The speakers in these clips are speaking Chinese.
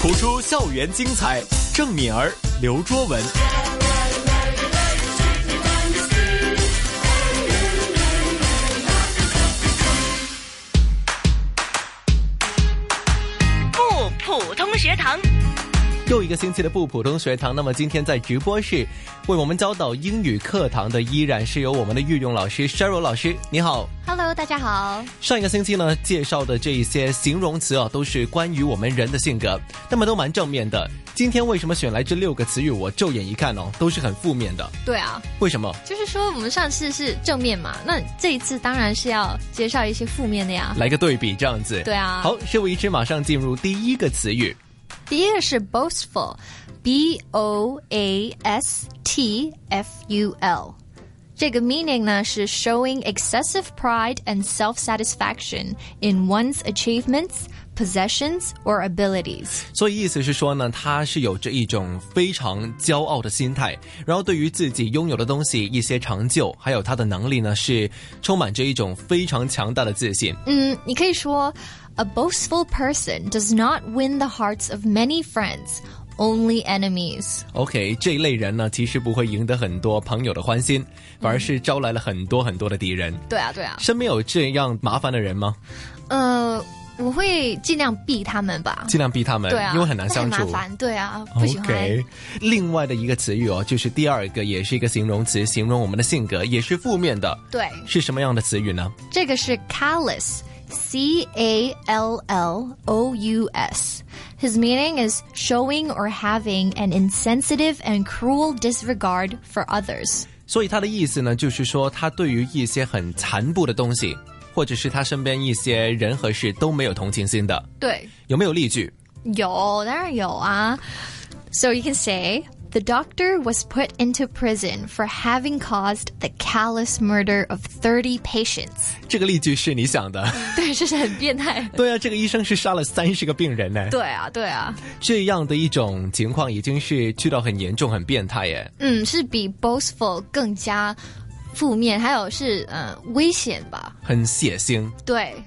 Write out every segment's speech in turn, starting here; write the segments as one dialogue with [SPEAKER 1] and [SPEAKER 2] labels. [SPEAKER 1] 谱出校园精彩，郑敏儿、刘卓文。
[SPEAKER 2] 不普通学堂。
[SPEAKER 1] 又一个星期的不普通学堂，那么今天在直播室为我们教导英语课堂的，依然是由我们的御用老师 Sheryl 老师，你好。
[SPEAKER 3] Hello，大家好。
[SPEAKER 1] 上一个星期呢，介绍的这一些形容词啊，都是关于我们人的性格，那么都蛮正面的。今天为什么选来这六个词语？我骤眼一看哦，都是很负面的。
[SPEAKER 3] 对啊，
[SPEAKER 1] 为什么？
[SPEAKER 3] 就是说我们上次是正面嘛，那这一次当然是要介绍一些负面的呀。
[SPEAKER 1] 来个对比，这样子。
[SPEAKER 3] 对啊
[SPEAKER 1] 好，事不宜迟，马上进入第一个词语。
[SPEAKER 3] 第一个是 boastful，b o a s t f u l。这个 meaning 呢是 showing excessive pride and self satisfaction in one's achievements, possessions or abilities。
[SPEAKER 1] 所以意思是说呢，他是有着一种非常骄傲的心态，然后对于自己拥有的东西、一些成就，还有他的能力呢，是充满着一种非常强大的自信。
[SPEAKER 3] 嗯，你可以说，A boastful person does not win the hearts of many friends, only enemies。
[SPEAKER 1] OK，这一类人呢，其实不会赢得很多朋友的欢心，反而是招来了很多很多的敌人。
[SPEAKER 3] 对啊，对啊。
[SPEAKER 1] 身边有这样麻烦的人吗？
[SPEAKER 3] 呃，我会尽量避他们吧。
[SPEAKER 1] 尽量避他们，
[SPEAKER 3] 对啊，
[SPEAKER 1] 因为很难相
[SPEAKER 3] 那很
[SPEAKER 1] 处
[SPEAKER 3] 麻。烦，对啊，不喜欢。
[SPEAKER 1] OK，另外的一个词语哦，就是第二个，也是一个形容词，形容我们的性格，也是负面的。
[SPEAKER 3] 对，
[SPEAKER 1] 是什么样的词语呢？
[SPEAKER 3] 这个是 callous，C A L L O U S。His meaning is showing or having an insensitive and cruel disregard for others。
[SPEAKER 1] 所以他的意思呢，就是说他对于一些很残酷的东西，或者是他身边一些人和事都没有同情心的。
[SPEAKER 3] 对，
[SPEAKER 1] 有没有例句？
[SPEAKER 3] 有，当然有啊。So you can say the doctor was put into prison for having caused the callous murder of 30 patients.
[SPEAKER 1] 这个例句是你想的？
[SPEAKER 3] 嗯对，这是很变态。
[SPEAKER 1] 对啊，这个医生是杀了三十个病人 呢。
[SPEAKER 3] 啊
[SPEAKER 1] 这样的一种情况已经是去到很严重、很变态耶。
[SPEAKER 3] 对啊，对啊，嗯，是比 boastful 更加负面，还有是呃危险吧？对，
[SPEAKER 1] 很血腥。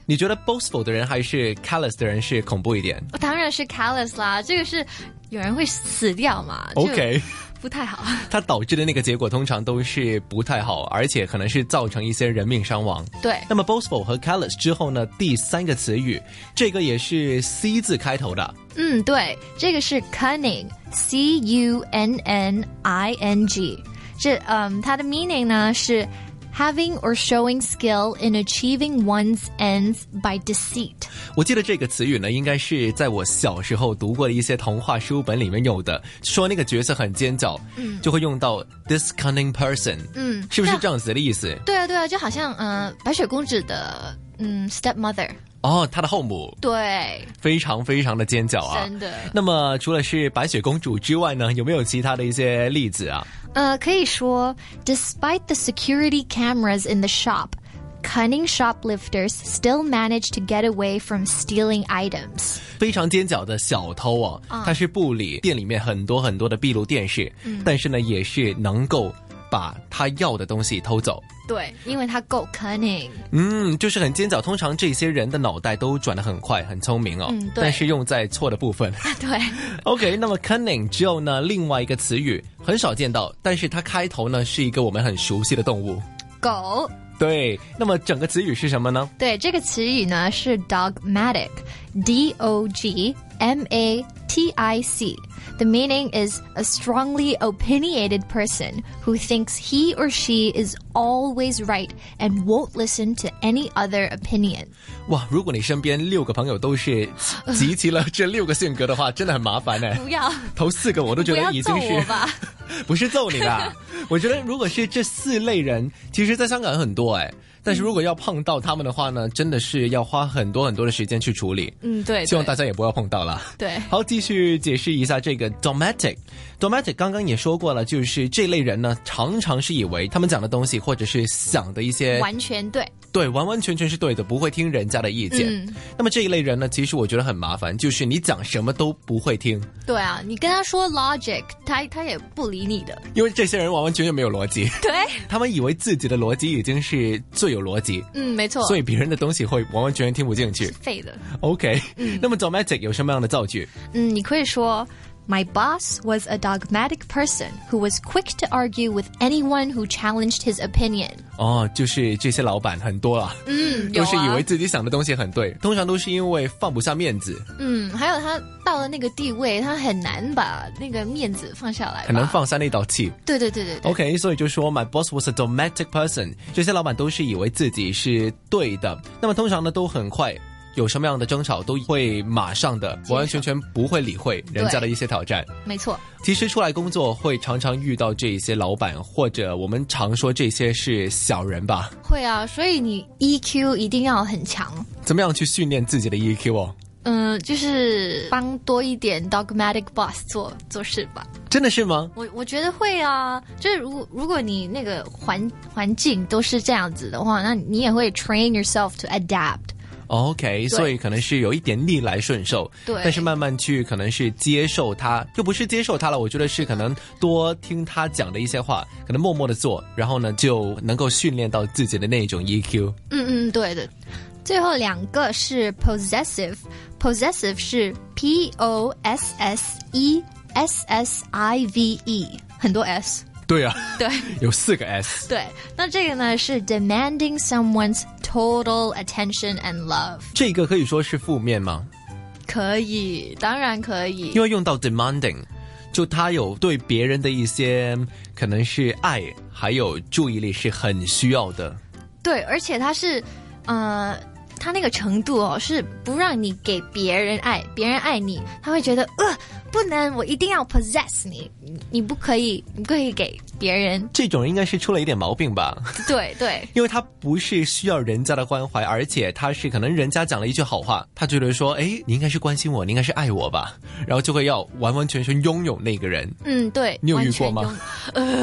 [SPEAKER 1] 你觉得 boastful 的人还是 callous 的人是恐怖一点
[SPEAKER 3] 当然是 callous 啦，这个是有人会死掉嘛
[SPEAKER 1] ？OK，
[SPEAKER 3] 不太好。
[SPEAKER 1] 它导致的那个结果通常都是不太好，而且可能是造成一些人命伤亡。
[SPEAKER 3] 对
[SPEAKER 1] 那么 boastful 和 callous 之后呢，第三个词语，这个也是 C 字开头的，
[SPEAKER 3] 嗯，对，这个是 cunning，c u n n i n g。这嗯，它的 meaning 呢是 having or showing skill in achieving one's ends by deceit。
[SPEAKER 1] 我记得这个词语呢，应该是在我小时候读过的一些童话书本里面有的，说那个角色很奸狡，嗯，就会用到 this cunning person，
[SPEAKER 3] 嗯
[SPEAKER 1] 是不是
[SPEAKER 3] 那
[SPEAKER 1] 这样子的意思？
[SPEAKER 3] 对啊，对啊，就好像嗯、呃白雪公主的嗯 stepmother。
[SPEAKER 1] 哦，他的后母
[SPEAKER 3] 对，
[SPEAKER 1] 非常非常的奸狡啊，
[SPEAKER 3] 真的
[SPEAKER 1] 那么除了是白雪公主之外呢，有没有其他的一些例子啊？
[SPEAKER 3] 呃，Uh, 可以说，despite the security cameras in the shop。Cunning shoplifters still manage to get away from stealing items.
[SPEAKER 1] 非常尖角的小偷哦，
[SPEAKER 3] 啊
[SPEAKER 1] 他是不理店里面很多很多的闭路电视，
[SPEAKER 3] 嗯
[SPEAKER 1] 但是呢，也是能够把他要的东西偷走。
[SPEAKER 3] 对，因为它够 cunning。
[SPEAKER 1] 嗯，就是很尖角。通常这些人的脑袋都转得很快，很聪明哦，
[SPEAKER 3] 嗯对
[SPEAKER 1] 但是用在错的部分。
[SPEAKER 3] 对，
[SPEAKER 1] OK，那么 cunning 之后呢，另外一个词语很少见到，但是它开头呢是一个我们很熟悉的动物。
[SPEAKER 3] 狗。
[SPEAKER 1] 对，那么整个词语是什么呢？
[SPEAKER 3] 对，这个词语呢是 dogmatic，D O G M A T I C。The meaning is a strongly opinionated person who thinks he or she is always right and won't listen to any other opinion。
[SPEAKER 1] 哇，如果你身边六个朋友都 是集齐了这六个性格的话，真的很麻烦哎。
[SPEAKER 3] 不要，
[SPEAKER 1] 头四个我都觉
[SPEAKER 3] 不
[SPEAKER 1] 得
[SPEAKER 3] 要
[SPEAKER 1] 已
[SPEAKER 3] 揍
[SPEAKER 1] 经
[SPEAKER 3] 我
[SPEAKER 1] 是，
[SPEAKER 3] 吧！
[SPEAKER 1] 不是揍你 的。我觉得如果是这四类人，其实在香港很多哎，但是如果要碰到他们的话呢，真的是要花很多很多的时间去处理。
[SPEAKER 3] 嗯，对，
[SPEAKER 1] 希望
[SPEAKER 3] 对
[SPEAKER 1] 大家也不要碰到了。
[SPEAKER 3] 对
[SPEAKER 1] 好，继续解释一下这个 dogmatic。dogmatic 刚刚也说过了，就是这类人呢，常常是以为他们讲的东西或者是想的一些
[SPEAKER 3] 完全对。
[SPEAKER 1] 对，完完全全是对的，不会听人家的意见。
[SPEAKER 3] 嗯
[SPEAKER 1] 那么这一类人呢，其实我觉得很麻烦，就是你讲什么都不会听，
[SPEAKER 3] 对啊，你跟他说 logic，他他也不理你的。
[SPEAKER 1] 因为这些人完完全全没有逻辑，
[SPEAKER 3] 对，
[SPEAKER 1] 他们以为自己的逻辑已经是最最有逻辑，
[SPEAKER 3] 嗯，没错，嗯
[SPEAKER 1] 所以别人的东西会完完全全听不进去。
[SPEAKER 3] 废的。
[SPEAKER 1] OK，、那么 dogmatic 有什么样的造句？
[SPEAKER 3] 嗯，你可以说，My boss was a dogmatic person who was quick to argue with anyone who challenged his opinion。
[SPEAKER 1] 哦，就是这些老板很多了，
[SPEAKER 3] 嗯，
[SPEAKER 1] 都
[SPEAKER 3] 有啊
[SPEAKER 1] 是以为自己想的东西很对，通常都是因为放不下面子，
[SPEAKER 3] 嗯，还有他到了那个地位，他很难把那个面子放下来，
[SPEAKER 1] 很难。放下那道气。
[SPEAKER 3] 对对对对对。
[SPEAKER 1] OK，所以就说 My boss was a dogmatic person，这些老板都是以为自己是对的，那么通常呢都很快。有什么样的争吵都会马上的，完完全全不会理会人家的一些挑战。
[SPEAKER 3] 没错，
[SPEAKER 1] 其实出来工作会常常遇到这些老板，或者我们常说这些是小人吧？
[SPEAKER 3] 会啊，所以你 EQ 一定要很强。
[SPEAKER 1] 怎么样去训练自己的 EQ 哦？
[SPEAKER 3] 嗯，就是帮多一点 dogmatic boss 做做事吧。
[SPEAKER 1] 真的是吗？
[SPEAKER 3] 我我觉得会啊，就是如果如果你那个环环境都是这样子的话，那你也会 train yourself to adapt。
[SPEAKER 1] 哦 OK，所以可能是有一点逆来顺受，
[SPEAKER 3] 对
[SPEAKER 1] 但是慢慢去可能是接受它，就不是接受它了。我觉得是可能多听他讲的一些话，可能默默的做，然后呢就能够训练到自己的那一种 E EQ。
[SPEAKER 3] 嗯嗯，对的。最后两个是 possessive，possessive 是 p o s s e s s i v e，很多 s。
[SPEAKER 1] 对啊，
[SPEAKER 3] 对
[SPEAKER 1] 有四个 S。
[SPEAKER 3] 对，那这个呢是 demanding someone's total attention and love，
[SPEAKER 1] 这个可以说是负面吗？
[SPEAKER 3] 可以，当然可以
[SPEAKER 1] 因。为用到 demanding，就他有对别人的一些可能是爱还有注意力是很需要的。
[SPEAKER 3] 对，而且它是，呃，它那个程度哦，是不让你给别人爱，别人爱你，他会觉得呃，不能，我一定要 possess 你，你你不可以，你不可以给别人。
[SPEAKER 1] 这种人应该是出了一点毛病吧？
[SPEAKER 3] 对对。
[SPEAKER 1] 因为他不是需要人家的关怀，而且他是可能人家讲了一句好话，他觉得说，哎，你应该是关心我，你应该是爱我吧，然后就会要完完全全拥有那个人，
[SPEAKER 3] 嗯，对，
[SPEAKER 1] 你有
[SPEAKER 3] 完
[SPEAKER 1] 遇过
[SPEAKER 3] 全
[SPEAKER 1] 吗
[SPEAKER 3] 拥？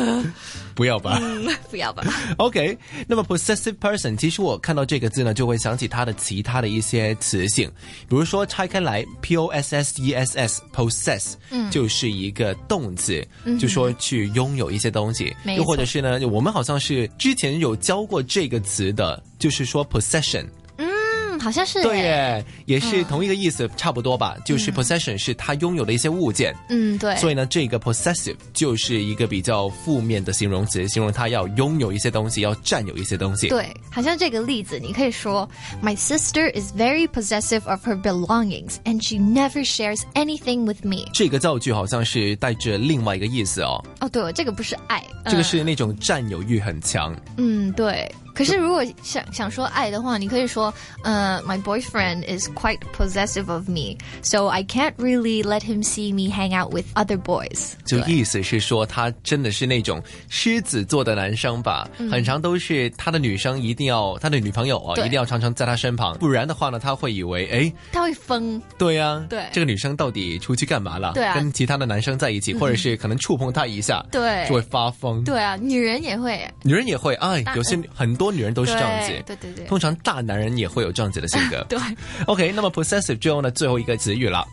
[SPEAKER 1] 不要吧。
[SPEAKER 3] 嗯， 不 要吧。
[SPEAKER 1] OK，那么 possessive person，其实我看到这个字呢，就会想起它的其他的一些词性，比如说拆开来，p o s s e s s possess，嗯，就是一个动词，就说去拥有一些东西，
[SPEAKER 3] 没
[SPEAKER 1] 又或者
[SPEAKER 3] 错
[SPEAKER 1] 是呢，我们好像是之前有教过这个词的，就是说 possession，
[SPEAKER 3] 嗯，好像是
[SPEAKER 1] 对
[SPEAKER 3] 耶。
[SPEAKER 1] 耶，也是同一个意思，差不多吧，就是 possession 是他拥有的一些物件。
[SPEAKER 3] 嗯，对，
[SPEAKER 1] 所以呢，这个 possessive 就是一个比较负面的形容词，形容他要拥有一些东西，要占有一些东西。
[SPEAKER 3] 对，好像这个例子，你可以说，My sister is very possessive of her belongings, and she never shares anything with me。
[SPEAKER 1] 这个造句好像是带着另外一个意思哦，
[SPEAKER 3] 哦，对，这个不是爱，
[SPEAKER 1] 这个
[SPEAKER 3] 嗯
[SPEAKER 1] 是那种占有欲很强。
[SPEAKER 3] 嗯，对。可是如果想想说爱的话，你可以说，呃、m y boyfriend is quite possessive of me, so I can't really let him see me hang out with other boys。
[SPEAKER 1] 就
[SPEAKER 3] 对
[SPEAKER 1] 意思是说，他真的是那种狮子座的男生吧？很常都是他的女生一定要，他的女朋友啊，
[SPEAKER 3] 嗯对
[SPEAKER 1] 一定要常常在他身旁，不然的话呢，他会以为，哎，
[SPEAKER 3] 他会疯，
[SPEAKER 1] 对呀、
[SPEAKER 3] 对
[SPEAKER 1] 这个女生到底出去干嘛了？
[SPEAKER 3] 对啊嗯
[SPEAKER 1] 跟其他的男生在一起，或者是可能触碰他一下，
[SPEAKER 3] 对
[SPEAKER 1] 就会发疯。
[SPEAKER 3] 对啊，女人也会，
[SPEAKER 1] 女人也会，哎，有些很多女人都是这样子，
[SPEAKER 3] 嗯对对对对
[SPEAKER 1] 通常大男人也会有这样子的性 格。
[SPEAKER 3] 对。
[SPEAKER 1] OK，那么 possessive 最后呢，最后一个词语了。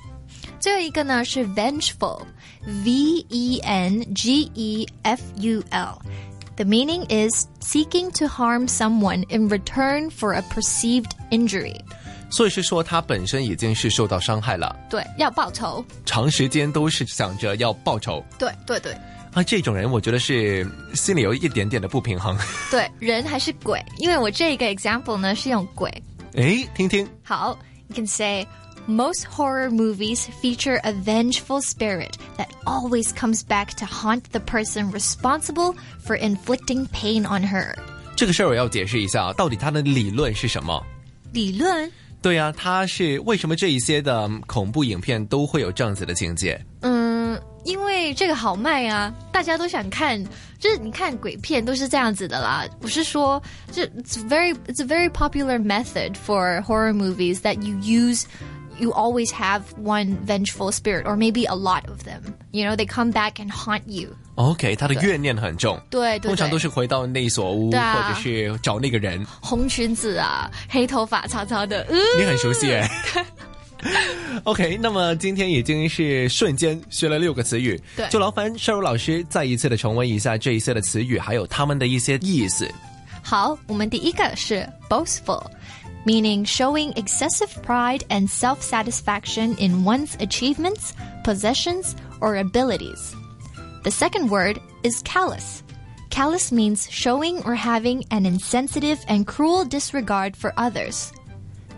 [SPEAKER 3] 最后一个呢是 vengeful，V E N G E F U L。The meaning is seeking to harm someone in return for a perceived injury。
[SPEAKER 1] 所以是说他本身已经是受到伤害了，
[SPEAKER 3] 对，要报仇。
[SPEAKER 1] 长时间都是想着要报仇
[SPEAKER 3] 对对对
[SPEAKER 1] 啊，这种人我觉得是心里有一点点的不平衡。
[SPEAKER 3] 对，人还是鬼？因为我这个 example 呢是用鬼。
[SPEAKER 1] 诶，听听，
[SPEAKER 3] 好，you can say most horror movies feature a vengeful spirit that always comes back to haunt the person responsible for inflicting pain on her。
[SPEAKER 1] 这个事儿我要解释一下，啊到底他的理论是什么？
[SPEAKER 3] 理论
[SPEAKER 1] 对呀、啊，他是为什么这一些的恐怖影片都会有这样子的情节？
[SPEAKER 3] 嗯，因为这个好卖啊，大家都想看。就是你看鬼片都是这样子的啦。我是说，这 it's very it's a very popular method for horror movies that you use. You always have one vengeful spirit, or maybe a lot of them. You know, they come back and haunt you.
[SPEAKER 1] OK，他的怨念很重，
[SPEAKER 3] 对对对
[SPEAKER 1] 通常都是回到那所屋，
[SPEAKER 3] 对啊
[SPEAKER 1] 或者是找那个人，
[SPEAKER 3] 红裙子啊，黑头发，长长的，嗯，
[SPEAKER 1] 你很熟悉哎。OK，那么今天已经是瞬间学了六个词语，
[SPEAKER 3] 对
[SPEAKER 1] 就劳烦邵茹老师再一次的重温一下这一些的词语，还有他们的一些意思。
[SPEAKER 3] 好，我们第一个是 boastful。Meaning showing excessive pride and self satisfaction in one's achievements, possessions, or abilities. The second word is callous. Callous means showing or having an insensitive and cruel disregard for others.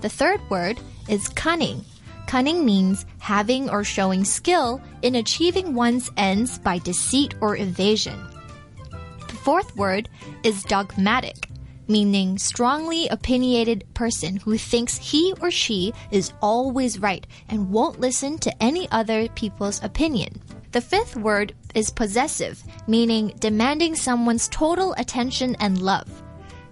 [SPEAKER 3] The third word is cunning. Cunning means having or showing skill in achieving one's ends by deceit or evasion. The fourth word is dogmatic, meaning strongly opinionated person who thinks he or she is always right and won't listen to any other people's opinion. The fifth word is possessive, meaning demanding someone's total attention and love.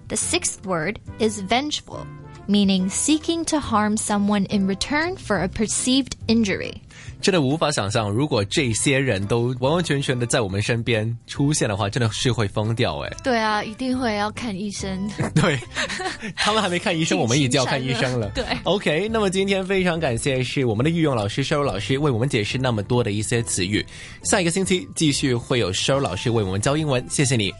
[SPEAKER 3] The sixth word is vengeful, meaning seeking to harm someone in return for a perceived injury.
[SPEAKER 1] 真的无法想象，如果这些人都完完全全的在我们身边出现的话，真的是会疯掉哎。
[SPEAKER 4] 对啊，一定会要看医生。
[SPEAKER 1] 对，他们还没看医生，我们已经要看医生了。
[SPEAKER 4] 对
[SPEAKER 1] ，OK。那么今天非常感谢是我们的御用老师 Sheryl 老师为我们解释那么多的一些词语。下一个星期继续会有 Sheryl 老师为我们教英文，谢谢你。